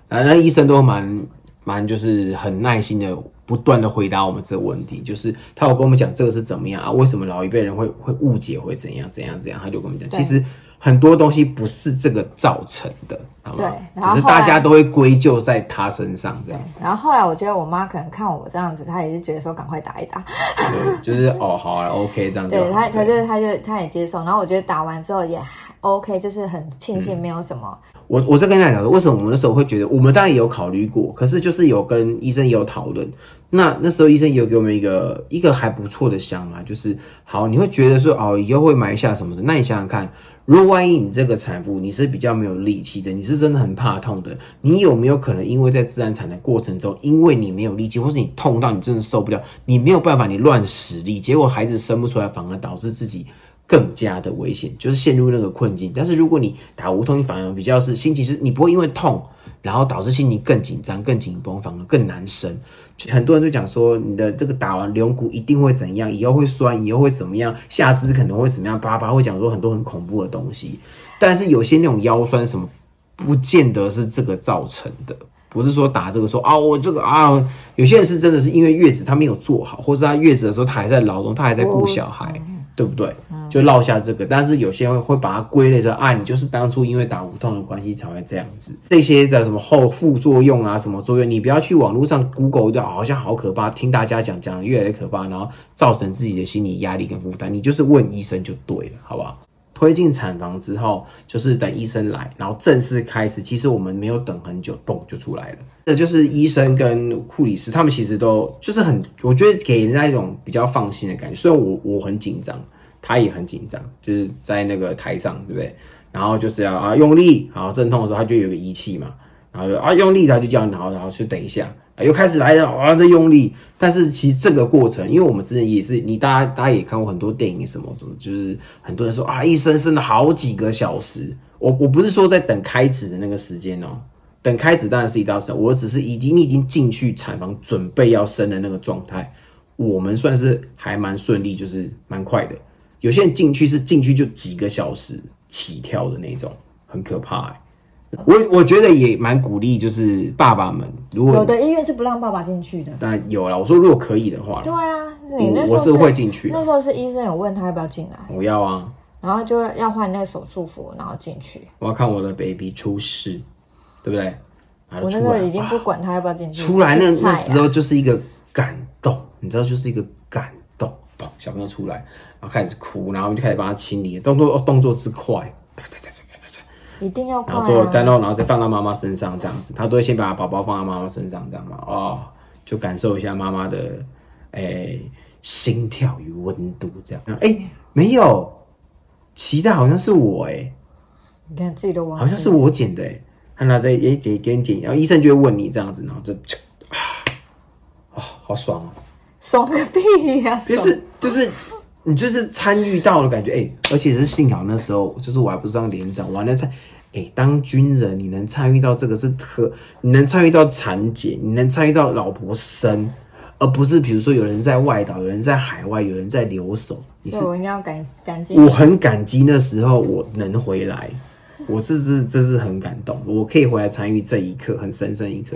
[SPEAKER 3] 啊，那医生都蛮蛮就是很耐心的，不断的回答我们这个问题，就是他有跟我们讲这个是怎么样啊，为什么老一辈人会会误解会怎样怎样怎样，他就跟我们讲，
[SPEAKER 4] 对
[SPEAKER 3] 其实很多东西不是这个造成的，好
[SPEAKER 4] 对
[SPEAKER 3] 吗？
[SPEAKER 4] 然后
[SPEAKER 3] 只是
[SPEAKER 4] 后来
[SPEAKER 3] 大家都会归咎在他身上这样。
[SPEAKER 4] 然后后来我觉得我妈可能看我这样子，她也是觉得说赶快打一打，
[SPEAKER 3] 对，就是哦，好啊，OK，这样就好
[SPEAKER 4] 对他，他
[SPEAKER 3] 对
[SPEAKER 4] 就他就他也接受，然后我觉得打完之后也还 OK，就是很庆幸没有什么，
[SPEAKER 3] 我我在跟大家讲，为什么我们那时候会觉得，我们当然也有考虑过，可是就是有跟医生也有讨论。那那时候医生也有给我们一个一个还不错的想法，就是好，你会觉得说哦，以后会埋下什么的。那你想想看，如果万一你这个产妇你是比较没有力气的，你是真的很怕痛的，你有没有可能因为在自然产的过程中，因为你没有力气，或是你痛到你真的受不了，你没有办法，你乱使力，结果孩子生不出来，反而导致自己更加的危险，就是陷入那个困境。但是如果你打无痛，你反而比较是心情是，你不会因为痛，然后导致心情更紧张、更紧绷，反而更难生。就很多人就讲说，你的这个打完龙骨一定会怎样，以后会酸，以后会怎么样，下肢可能会怎么样，叭叭会讲说很多很恐怖的东西。但是有些那种腰酸什么，不见得是这个造成的。不是说打这个说啊，我这个啊，有些人是真的是因为月子他没有做好，或是他月子的时候他还在劳动，他还在顾
[SPEAKER 4] 我
[SPEAKER 3] 小孩，对不对？就落下这个，但是有些人会把它归类成啊，你就是当初因为打无痛的关系才会这样子。这些的什么后副作用啊，什么作用，你不要去网络上 Google 就好像好可怕，听大家讲讲得越来越可怕，然后造成自己的心理压力跟负担，你就是问医生就对了，好不好？推进产房之后，就是等医生来，然后正式开始。其实我们没有等很久，嘣就出来了。这就是医生跟护理师，他们其实都就是很，我觉得给人家一种比较放心的感觉。虽然我我很紧张，他也很紧张，就是在那个台上，对不对？然后就是要啊用力，然后阵痛的时候，他就有个仪器嘛，然后就啊用力，他就叫你，然后然后去等一下，啊又开始来了，啊再用力。但是其实这个过程，因为我们之前也是，你大家大家也看过很多电影什么的，就是很多人说啊一生生了好几个小时，我我不是说在等开指的那个时间哦、等开指当然是一道时间，我只是已经你已经进去产房准备要生的那个状态，我们算是还蛮顺利，就是蛮快的。有些人进去是进去就几个小时起跳的那种，很可怕、欸。我我觉得也蛮鼓励，就是爸爸们，如果
[SPEAKER 4] 有的医院是不让爸爸进去的。
[SPEAKER 3] 当然有了，我说如果可以的话，
[SPEAKER 4] 对啊，你那时
[SPEAKER 3] 我
[SPEAKER 4] 候
[SPEAKER 3] 是会进去的
[SPEAKER 4] 那时候是医生有问他要不要进来，
[SPEAKER 3] 我要啊，
[SPEAKER 4] 然后就要换那个手术服，然后进去。
[SPEAKER 3] 我要看我的 baby 出世，对不对？然后
[SPEAKER 4] 我那
[SPEAKER 3] 出
[SPEAKER 4] 时候
[SPEAKER 3] 来
[SPEAKER 4] 已经
[SPEAKER 3] 哇
[SPEAKER 4] 不管他要不要进去，
[SPEAKER 3] 出来那
[SPEAKER 4] 去菜
[SPEAKER 3] 那
[SPEAKER 4] 啊
[SPEAKER 3] 哦时候就是一个感动，你知道，就是一个感动，砰小朋友出来，然后开始哭，然后我们就开始帮他清理，动作哦动作之快，
[SPEAKER 4] 啊
[SPEAKER 3] 啪啪啪啪啪啪
[SPEAKER 4] 一定要快、
[SPEAKER 3] 然后做
[SPEAKER 4] 啊
[SPEAKER 3] 了。单肉，然后再放到妈妈身上这样子，他都会先把宝宝放到妈妈身上这样嘛，哦，就感受一下妈妈的诶、心跳与温度这样。哎、没有，脐带好像是我哎、
[SPEAKER 4] 你看自己都忘记，
[SPEAKER 3] 好像是我剪的哎、他拿着也给给你剪，然后医生就会问你这样子，然后就啊啊、好爽哦、
[SPEAKER 4] 爽个屁
[SPEAKER 3] <laughs>
[SPEAKER 4] 呀、
[SPEAKER 3] 就
[SPEAKER 4] 爽
[SPEAKER 3] 是就是你就是参与到了感觉，哎、而且是幸好那时候就是我还不是当连长，我还能参，哎、当军人你能参与到这个是特，你能参与到产检，你能参与到老婆生，而不是比如说有人在外岛，有人在海外，有人在留守，你是
[SPEAKER 4] 所以我一定要感感激
[SPEAKER 3] 我很感激那时候我能回来，我这是这是很感动，我可以回来参与这一刻，很神圣一刻。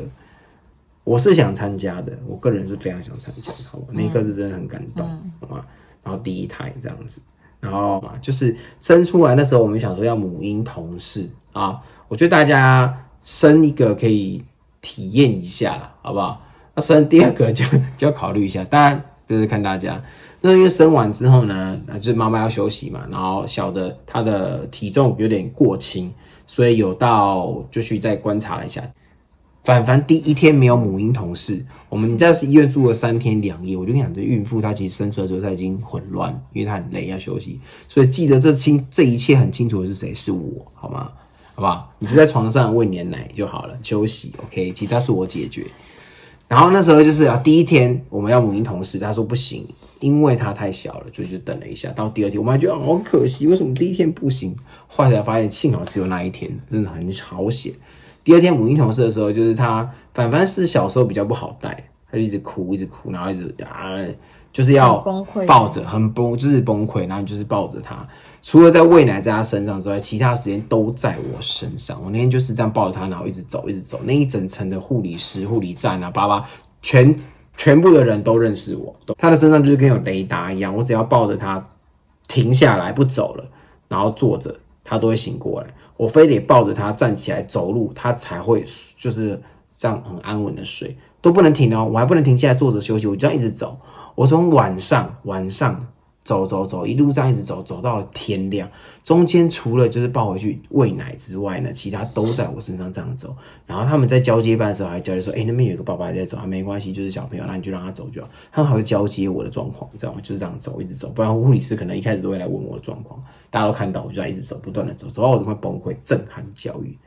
[SPEAKER 3] 我是想参加的，我个人是非常想参加的，好吧？那一刻是真的很感动，好吗？然后第一胎这样子，然后嘛，就是生出来那时候，我们想说要母婴同事啊，我觉得大家生一个可以体验一下啦，好不好？那生第二个就就要考虑一下，当然就是看大家。那因为生完之后呢，啊，就是妈妈要休息嘛，然后小的她的体重有点过轻，所以有到就去再观察了一下。凡凡第一天没有母婴同事，我们在医院住了三天两夜，我就跟你讲，这孕妇她其实生出来之后她已经混乱，因为她很累要休息，所以记得这清这一切很清楚的是谁，是我，好吗？好不好？你就在床上喂你的奶就好了，休息，OK，其他是我解决。然后那时候就是啊，第一天我们要母婴同事，他说不行，因为他太小了，所以就等了一下。到第二天，我们还觉得哦好可惜，为什么第一天不行？后来才发现，幸好只有那一天，真的很好险。第二天母婴同事的时候，就是他反凡是小时候比较不好带，他就一直哭，一直哭，然后一直啊，就是要
[SPEAKER 4] 很崩溃
[SPEAKER 3] 抱着，很崩，就是崩溃，然后就是抱着他。除了在喂奶在他身上之外，其他时间都在我身上。我那天就是这样抱着他，然后一直走，一直走。那一整层的护理师、护理站啊，巴拉，全全部的人都认识我。都他的身上就是跟有雷达一样，我只要抱着他停下来不走了，然后坐着，他都会醒过来。我非得抱着他站起来走路，他才会就是这样很安稳的睡，都不能停哦，我还不能停下来坐着休息，我就这样一直走。我从晚上晚上走走走，一路上一直走，走到了天亮。中间除了就是抱回去喂奶之外呢，其他都在我身上这样走。然后他们在交接班的时候还交接说：“哎、那边有个爸爸在走，啊，没关系，就是小朋友，那你就让他走就好。”他们还会交接我的状况，你知道吗？就是这样走，一直走。不然护理师可能一开始都会来问我的状况，大家都看到我就在一直走，不断的走，走到我都快崩溃，震撼教育。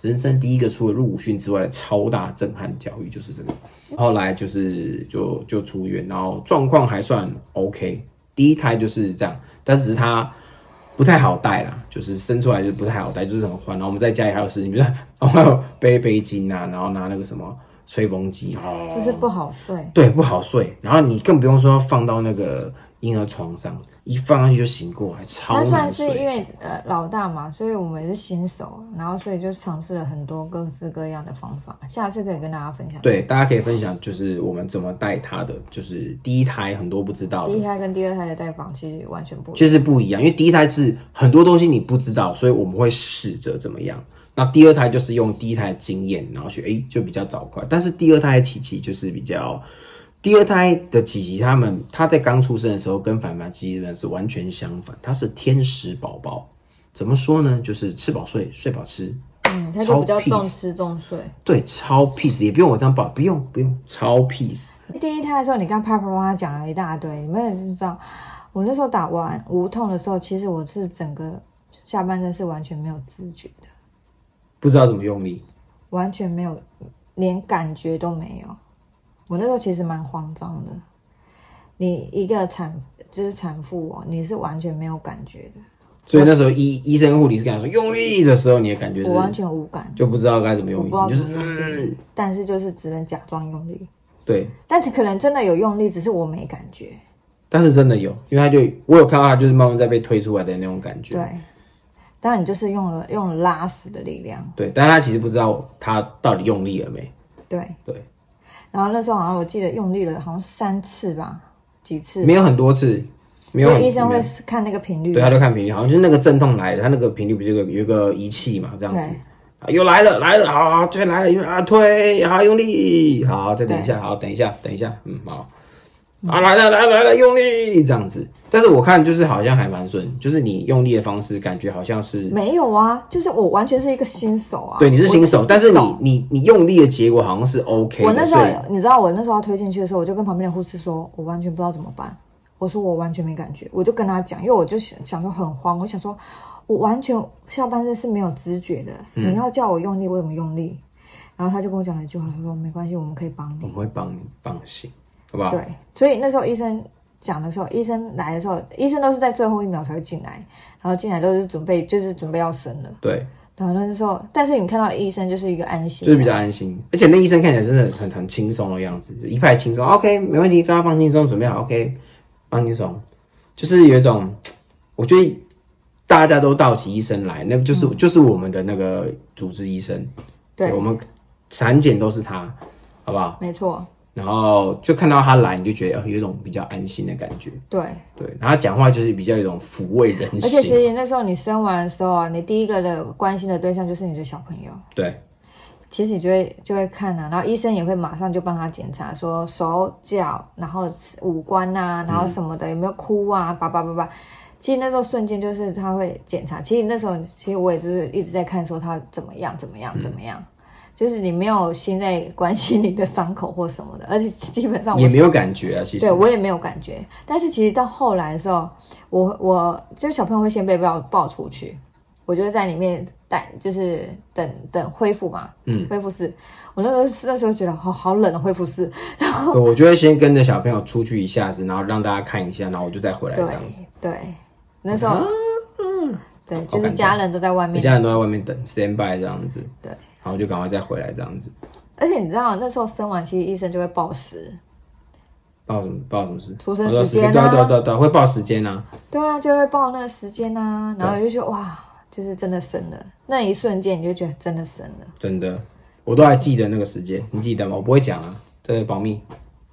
[SPEAKER 3] 人生第一个除了入伍训之外的超大震撼教育就是这个。后来就是就就出院，然后状况还算 OK。第一胎就是这样，但只是他不太好带啦，就是生出来就不太好带，就是很欢。然后我们在家里还有事情，就是 <laughs> 我还有背背巾啊，然后拿那个什么吹风机哦，
[SPEAKER 4] 就是不好睡，
[SPEAKER 3] 对，不好睡。然后你更不用说放到那个婴儿床上，一放上去就醒过来，超
[SPEAKER 4] 他
[SPEAKER 3] 难
[SPEAKER 4] 算是
[SPEAKER 3] 睡。
[SPEAKER 4] 因为呃老大嘛，所以我们也是新手，然后所以就尝试了很多各式各样的方法，下次可以跟大家分享。，
[SPEAKER 3] 对，大家可以分享，就是我们怎么带他的，就是第一胎很多不知道的
[SPEAKER 4] 第一，胎跟第二胎的带房其实完全不一样，
[SPEAKER 3] 其实不一样，因为第一胎是很多东西你不知道，所以我们会试着怎么样。那第二胎就是用第一胎的经验，然后去哎、诶就比较早快，但是第二胎的琪琪就是比较。第二胎的琪琪，他们他在刚出生的时候跟凡凡基本是完全相反，他是天使宝宝。怎么说呢？就是吃饱睡，睡饱吃，
[SPEAKER 4] 嗯，他就比较
[SPEAKER 3] 超 peace
[SPEAKER 4] 重吃重睡。
[SPEAKER 3] 对，超 peace，也不用我这样抱，不用不用，超 peace。
[SPEAKER 4] 第一胎的时候，你刚啪啪啪讲了一大堆，你们也知道，我那时候打完无痛的时候，其实我是整个下半身是完全没有知觉的，
[SPEAKER 3] 不知道怎么用力，
[SPEAKER 4] 完全没有，连感觉都没有。我那时候其实蛮慌张的。你一个产就是产妇哦，你是完全没有感觉的，
[SPEAKER 3] 所以那时候医医生护理是跟他说用力的时候，你也感觉
[SPEAKER 4] 我完
[SPEAKER 3] 是
[SPEAKER 4] 全无感，
[SPEAKER 3] 就不知道该怎么用力，
[SPEAKER 4] 我
[SPEAKER 3] 你
[SPEAKER 4] 不
[SPEAKER 3] 就
[SPEAKER 4] 知道
[SPEAKER 3] 是
[SPEAKER 4] 怎么用
[SPEAKER 3] 嗯，
[SPEAKER 4] 但是就是只能假装用力，
[SPEAKER 3] 对。
[SPEAKER 4] 但是可能真的有用力，只是我没感觉。
[SPEAKER 3] 但是真的有，因为他就我有看到他就是慢慢在被推出来的那种感觉，
[SPEAKER 4] 对，当然你就是用了用了拉死的力量，
[SPEAKER 3] 对，但他其实不知道他到底用力了没，
[SPEAKER 4] 对。
[SPEAKER 3] 对，
[SPEAKER 4] 然后那时候好像我记得用力了，好像三次吧，几次？
[SPEAKER 3] 没有很多次，没
[SPEAKER 4] 因
[SPEAKER 3] 有
[SPEAKER 4] 为
[SPEAKER 3] 很
[SPEAKER 4] 医生
[SPEAKER 3] 没
[SPEAKER 4] 会
[SPEAKER 3] 有
[SPEAKER 4] 看那个频率
[SPEAKER 3] 对，。他就看频率，好像就是那个阵痛来了，他那个频率不是有个有一个仪器嘛，这样子
[SPEAKER 4] 对。
[SPEAKER 3] 啊，又来了，来了，好好，推来了，啊，推，好，用力，好，再等一下，好，等一下，等一下，嗯，好，啊，来了来了来了，用力这样子。但是我看就是好像还蛮顺，就是你用力的方式，感觉好像是
[SPEAKER 4] 没有啊，就是我完全是一个新手啊。
[SPEAKER 3] 对你是新手，
[SPEAKER 4] 我
[SPEAKER 3] 但
[SPEAKER 4] 就是不
[SPEAKER 3] 你
[SPEAKER 4] 懂
[SPEAKER 3] 你你用力的结果好像是 OK
[SPEAKER 4] 我
[SPEAKER 3] 的，
[SPEAKER 4] 那时候
[SPEAKER 3] 所以
[SPEAKER 4] 你知道，我那时候要推进去的时候，我就跟旁边的护士说，我完全不知道怎么办。我说我完全没感觉，我就跟他讲，因为我就想想说很慌，我想说我完全下半身是没有知觉的，
[SPEAKER 3] 嗯
[SPEAKER 4] 你要叫我用力，我怎么用力？然后他就跟我讲了一句话，他说没关系，我们可以帮
[SPEAKER 3] 我
[SPEAKER 4] 你。
[SPEAKER 3] 们会帮你放心，好不好？
[SPEAKER 4] 对，所以那时候医生讲的时候，医生来的时候，医生都是在最后一秒才会进来，然后进来都是准备就是准备要生了，
[SPEAKER 3] 对，
[SPEAKER 4] 然后那时候，但是你看到医生就是一个安心，
[SPEAKER 3] 就是比较安心。而且那医生看起来真的很很轻松的样子，就一派轻松。OK，没问题，大家放轻松，准备好 OK，放轻松，就是有一种，我觉得大家都到齐医生来，那就是、就是我们的那个主治医生，
[SPEAKER 4] 嗯对
[SPEAKER 3] 我，们产检都是他，好不好？
[SPEAKER 4] 没错，
[SPEAKER 3] 然后就看到他来，你就觉得、呃有一种比较安心的感觉，
[SPEAKER 4] 对。
[SPEAKER 3] 对。然后他讲话就是比较有一种抚慰人
[SPEAKER 4] 而且其
[SPEAKER 3] 心，
[SPEAKER 4] 实那时候你生完的时候啊，你第一个的关心的对象就是你的小朋友，
[SPEAKER 3] 对
[SPEAKER 4] 其实你就会就会看啊，然后医生也会马上就帮他检查，说手脚，然后五官啊，然后什么的、有没有哭啊，叭叭叭叭。其实那时候瞬间就是他会检查，其实那时候其实我也就是一直在看说他怎么样怎么
[SPEAKER 3] 嗯
[SPEAKER 4] 样怎么样，就是你没有心在关心你的伤口或什么的，而且基本上我
[SPEAKER 3] 也没有感觉啊，其实
[SPEAKER 4] 对我也没有感觉。但是其实到后来的时候，我我就是小朋友会先被抱抱出去，我就在里面待，就是等等恢复嘛，
[SPEAKER 3] 嗯，
[SPEAKER 4] 恢复室。我那时候那时候觉得好好冷的恢复室，
[SPEAKER 3] 对，我就会先跟着小朋友出去一下子，然后让大家看一下，然后我就再回来
[SPEAKER 4] 对
[SPEAKER 3] 这样子。啊
[SPEAKER 4] 对，那时候。对，就
[SPEAKER 3] 好感
[SPEAKER 4] 是
[SPEAKER 3] 动
[SPEAKER 4] 家人都在外
[SPEAKER 3] 一
[SPEAKER 4] 面，
[SPEAKER 3] 家人都在外面等 stand by 这样子，
[SPEAKER 4] 对
[SPEAKER 3] 然后就赶快再回来这样子。
[SPEAKER 4] 而且你知道那时候生完，其实医生就会报时，
[SPEAKER 3] 报什么报什么事？
[SPEAKER 4] 出生
[SPEAKER 3] 我说
[SPEAKER 4] 时间啊
[SPEAKER 3] 对对对对，会报时间啊。
[SPEAKER 4] 对啊，就会报那个时间啊，然后我就觉得哇，就是真的生了，那一瞬间你就觉得真的生了，
[SPEAKER 3] 真的，我都还记得那个时间，你记得吗？我不会讲啊，对，保密，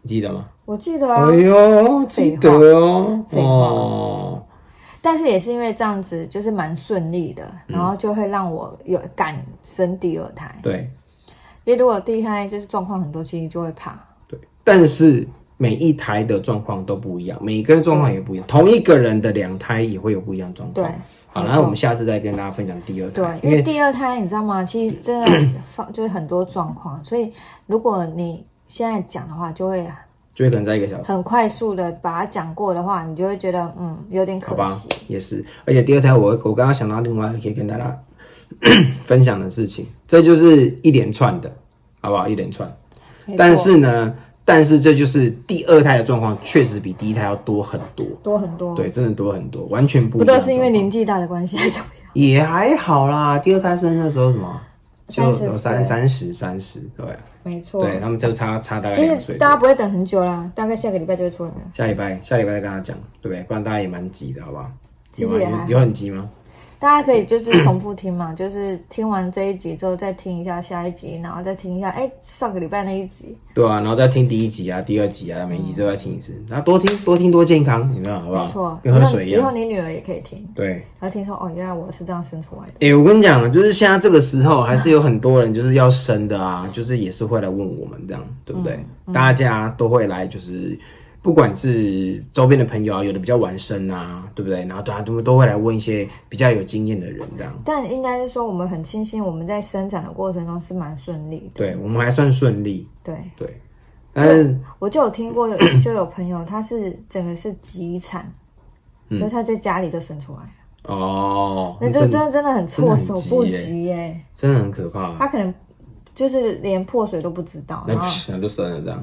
[SPEAKER 3] 你记得吗？
[SPEAKER 4] 我记得啊，
[SPEAKER 3] 哎呦，记得哦，
[SPEAKER 4] 废话
[SPEAKER 3] 哦，
[SPEAKER 4] 但是也是因为这样子，就是蛮顺利的，
[SPEAKER 3] 嗯
[SPEAKER 4] 然后就会让我有敢生第二胎。
[SPEAKER 3] 对
[SPEAKER 4] 因为如果第一胎就是状况很多，其实就会怕。
[SPEAKER 3] 对，但是。每一胎的状况都不一样，每个人状况也不一样，同一个人的两胎也会有不一样的状
[SPEAKER 4] 对
[SPEAKER 3] 况。好，
[SPEAKER 4] 没
[SPEAKER 3] 然后我
[SPEAKER 4] 错
[SPEAKER 3] 们下次再跟大家分享第二胎
[SPEAKER 4] 对，，因为第二胎你知道吗？其实真的放就是很多状况，所以如果你现在讲的话，就会
[SPEAKER 3] 就会可能在一个小时，
[SPEAKER 4] 很快速的把它讲过的话，你就会觉得嗯有点
[SPEAKER 3] 好
[SPEAKER 4] 可
[SPEAKER 3] 吧
[SPEAKER 4] 惜。，
[SPEAKER 3] 也是。而且第二胎我，我刚刚想到另外一个可以跟大家 <coughs> 分享的事情，这就是一连串的，好不好？一连串。
[SPEAKER 4] 没错
[SPEAKER 3] 但是呢，但是这就是第二胎的状况，确实比第一胎要多很多。
[SPEAKER 4] 多很多，
[SPEAKER 3] 对，真的多很多，完全不
[SPEAKER 4] 不
[SPEAKER 3] 一样
[SPEAKER 4] 都
[SPEAKER 3] 的状况。
[SPEAKER 4] 是因为年纪大的关系还是怎么样？
[SPEAKER 3] 也还好啦。第二胎生的时候什么，就
[SPEAKER 4] 30
[SPEAKER 3] 有三
[SPEAKER 4] 岁
[SPEAKER 3] 三十三十，对
[SPEAKER 4] 没错，
[SPEAKER 3] 对，他们就差差大概
[SPEAKER 4] 其
[SPEAKER 3] 两岁
[SPEAKER 4] 实。大家不会等很久啦，大概下个礼拜就会出来了。
[SPEAKER 3] 下礼拜下礼拜再跟他讲，对不对？不然大家也蛮急的，好不好？
[SPEAKER 4] 其
[SPEAKER 3] 有
[SPEAKER 4] 实
[SPEAKER 3] 吗？
[SPEAKER 4] 也还好
[SPEAKER 3] 有有很急吗？
[SPEAKER 4] 大家可以就是重复听嘛， <clears throat> 就是听完这一集之后再听一下下一集，然后再听一下哎、上个礼拜那一集，
[SPEAKER 3] 对啊，然后再听第一集啊、第二集啊，每一集都要听一次，然后多听多听多健康，有没有？好不好？
[SPEAKER 4] 没错，以
[SPEAKER 3] 跟喝
[SPEAKER 4] 后
[SPEAKER 3] 水一
[SPEAKER 4] 以后
[SPEAKER 3] 样。
[SPEAKER 4] 你女儿也可以听，
[SPEAKER 3] 对，
[SPEAKER 4] 然后听说哦原来我是这样生出来的，
[SPEAKER 3] 哎、我跟你讲，就是现在这个时候，还是有很多人就是要生的啊，就是也是会来问我们这样，对不对？
[SPEAKER 4] 嗯
[SPEAKER 3] 大家都会来，就是不管是周边的朋友啊，有的比较晚生啊，对不对？然后大家都都会来问一些比较有经验的人这样。
[SPEAKER 4] 但应该是说我们很庆幸我们在生产的过程中是蛮顺利的，
[SPEAKER 3] 对我们还算顺利，
[SPEAKER 4] 对，
[SPEAKER 3] 对，但是
[SPEAKER 4] 我就有听
[SPEAKER 3] <clears throat>
[SPEAKER 4] 过有就有朋友他是整个是急产，就是他在家里就生出来了，
[SPEAKER 3] 哦，
[SPEAKER 4] 那就真的真的很措手
[SPEAKER 3] 真
[SPEAKER 4] 不
[SPEAKER 3] 的很急
[SPEAKER 4] 及耶、
[SPEAKER 3] 真的很可怕、
[SPEAKER 4] 他可能就是连破水都不知道，
[SPEAKER 3] 那
[SPEAKER 4] 然后
[SPEAKER 3] 那就生了这样，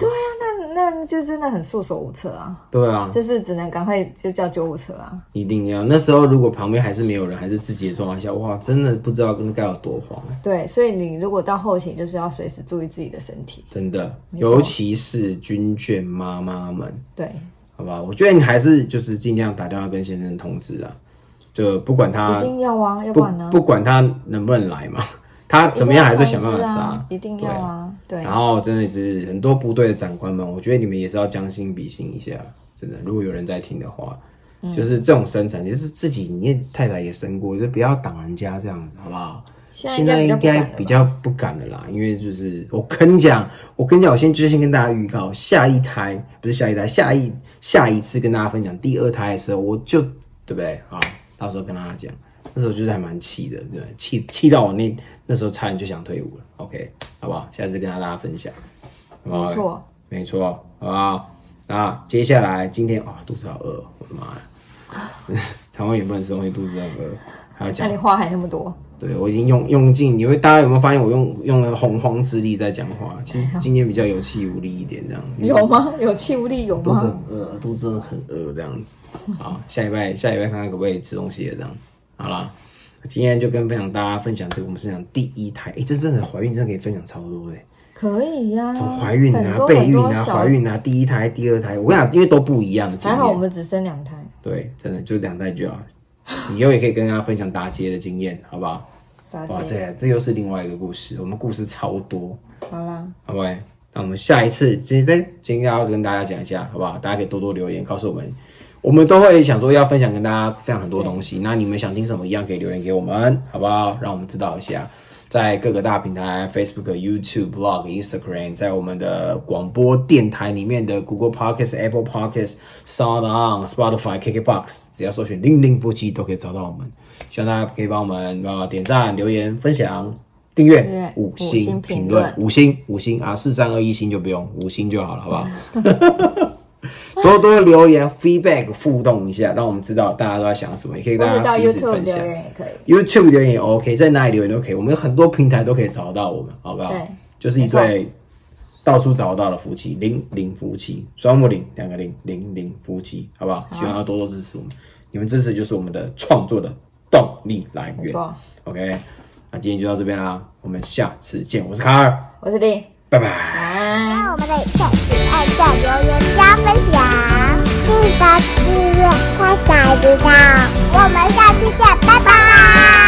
[SPEAKER 4] 那那就真的很束手无策啊。
[SPEAKER 3] 对啊，
[SPEAKER 4] 就是只能赶快就叫救护车啊。
[SPEAKER 3] 一定要。那时候如果旁边还是没有人，还是自己的状况下，哇，真的不知道该有多慌，
[SPEAKER 4] 对，所以你如果到后勤，就是要随时注意自己的身体。
[SPEAKER 3] 真的。
[SPEAKER 4] 没错
[SPEAKER 3] 尤其是军眷妈妈们，
[SPEAKER 4] 对，
[SPEAKER 3] 好吧，我觉得你还是就是尽量打电话跟先生通知啊，就不管
[SPEAKER 4] 一
[SPEAKER 3] 他
[SPEAKER 4] 定要啊，要不
[SPEAKER 3] 不
[SPEAKER 4] 然呢？
[SPEAKER 3] 不管他能不能来嘛，他怎么样还是想办法
[SPEAKER 4] 一定要通知
[SPEAKER 3] 杀
[SPEAKER 4] 啊，，一定要
[SPEAKER 3] 对
[SPEAKER 4] 啊。对
[SPEAKER 3] 然，后真的是很多部队的长官们，我觉得你们也是要将心比心一下，真的。如果有人在听的话，就是这种生产，就是自己你也太太也生过，就不要挡人家这样子，好不好？
[SPEAKER 4] 现在
[SPEAKER 3] 现
[SPEAKER 4] 应该
[SPEAKER 3] 在
[SPEAKER 4] 比较
[SPEAKER 3] 应
[SPEAKER 4] 不敢
[SPEAKER 3] 该比较不敢了
[SPEAKER 4] 了吧
[SPEAKER 3] 啦，因为就是我跟你讲，我跟你讲，我先之前跟大家预告，下一胎不是下一胎，下一下一次跟大家分享第二胎的时候，我就对不对？好，到时候跟大家讲，那时候就是还蛮气的，对，气气到我那那时候差点就想退伍了。OK，好不好？下次跟大家分享，好不好
[SPEAKER 4] 没错，
[SPEAKER 3] 没错，好不好？那接下来今天啊、肚子好饿，我的妈呀， <laughs> 肠胃也不能吃东西，肚子很饿，还要讲
[SPEAKER 4] 那你话还那么多，
[SPEAKER 3] 对，我已经用用尽，你会大家有没有发现我用用了洪荒之力在讲话？其实今天比较有气无力一点，这样
[SPEAKER 4] 有？吗？有气无力有
[SPEAKER 3] 肚子
[SPEAKER 4] 吗？
[SPEAKER 3] 很饿，肚子真的很饿，这样子。好，下礼拜下礼拜看看可不可以吃东西了，这样。好啦，今天就跟分享大家分享这个，我们分享第一胎，哎、这真的怀孕真的可以分享超多的、
[SPEAKER 4] 可以呀、
[SPEAKER 3] 从怀孕
[SPEAKER 4] 很
[SPEAKER 3] 啊、
[SPEAKER 4] 多
[SPEAKER 3] 备
[SPEAKER 4] 很
[SPEAKER 3] 孕
[SPEAKER 4] 多
[SPEAKER 3] 啊、
[SPEAKER 4] 小
[SPEAKER 3] 怀孕啊，第一胎、第二胎，我跟你讲，因为都不一样的经
[SPEAKER 4] 还好我
[SPEAKER 3] 验。
[SPEAKER 4] 们只生两胎，
[SPEAKER 3] 对，真的就两代就好，以后也可以跟大家分享打结的经验，好不好？
[SPEAKER 4] 大
[SPEAKER 3] 哇，
[SPEAKER 4] 姐。
[SPEAKER 3] 这这又是另外一个故事，我们故事超多，
[SPEAKER 4] 好啦，
[SPEAKER 3] 好不好？那我们下一次今天今天要跟大家讲一下，好不好？大家可以多多留言告诉我们，我们都会想说要分享跟大家分享很多东西，那你们想听什么一样可以留言给我们，好不好？让我们知道一下。在各个大平台，Facebook、YouTube、Blog、Instagram，在我们的广播电台里面的 Google Podcasts、Apple Podcasts、Sound On、Spotify、KKBox，只要搜寻“零零夫妻”都可以找到我们。希望大家可以帮我们呃点赞、留言、分享、订阅。
[SPEAKER 4] 订阅
[SPEAKER 3] 五
[SPEAKER 4] 五
[SPEAKER 3] 星
[SPEAKER 4] 星
[SPEAKER 3] 评
[SPEAKER 4] 评
[SPEAKER 3] 论
[SPEAKER 4] 论，
[SPEAKER 3] 五星五星啊，四三二一星就不用，五星就好了，好不好？ <laughs> 多多留言 feedback 互动一下，让我们知道大家都在想什么，也可以
[SPEAKER 4] 或
[SPEAKER 3] 跟
[SPEAKER 4] 者
[SPEAKER 3] 大
[SPEAKER 4] 到
[SPEAKER 3] 家彼此
[SPEAKER 4] YouTube
[SPEAKER 3] 分
[SPEAKER 4] 留
[SPEAKER 3] 享。
[SPEAKER 4] 言也可以。
[SPEAKER 3] YouTube 留言也 OK，在哪里留言都可以，我们有很多平台都可以找到我们，好不好
[SPEAKER 4] 对？
[SPEAKER 3] 就是一
[SPEAKER 4] 没错
[SPEAKER 3] 对到处找得到的夫妻，零零夫妻，双木零两个零零零夫妻，好不好？希望大家多多支持我们，你们支持就是我们的创作的动力来
[SPEAKER 4] 没
[SPEAKER 3] 源。
[SPEAKER 4] 错，
[SPEAKER 3] OK，那今天就到这边啦，我们下次见。我是卡尔，
[SPEAKER 4] 我是丽，
[SPEAKER 3] 拜拜。
[SPEAKER 4] 晚安。
[SPEAKER 1] 那我们的影片请按赞、留言、加分享，记得订阅，开小知道。我们下期见，拜拜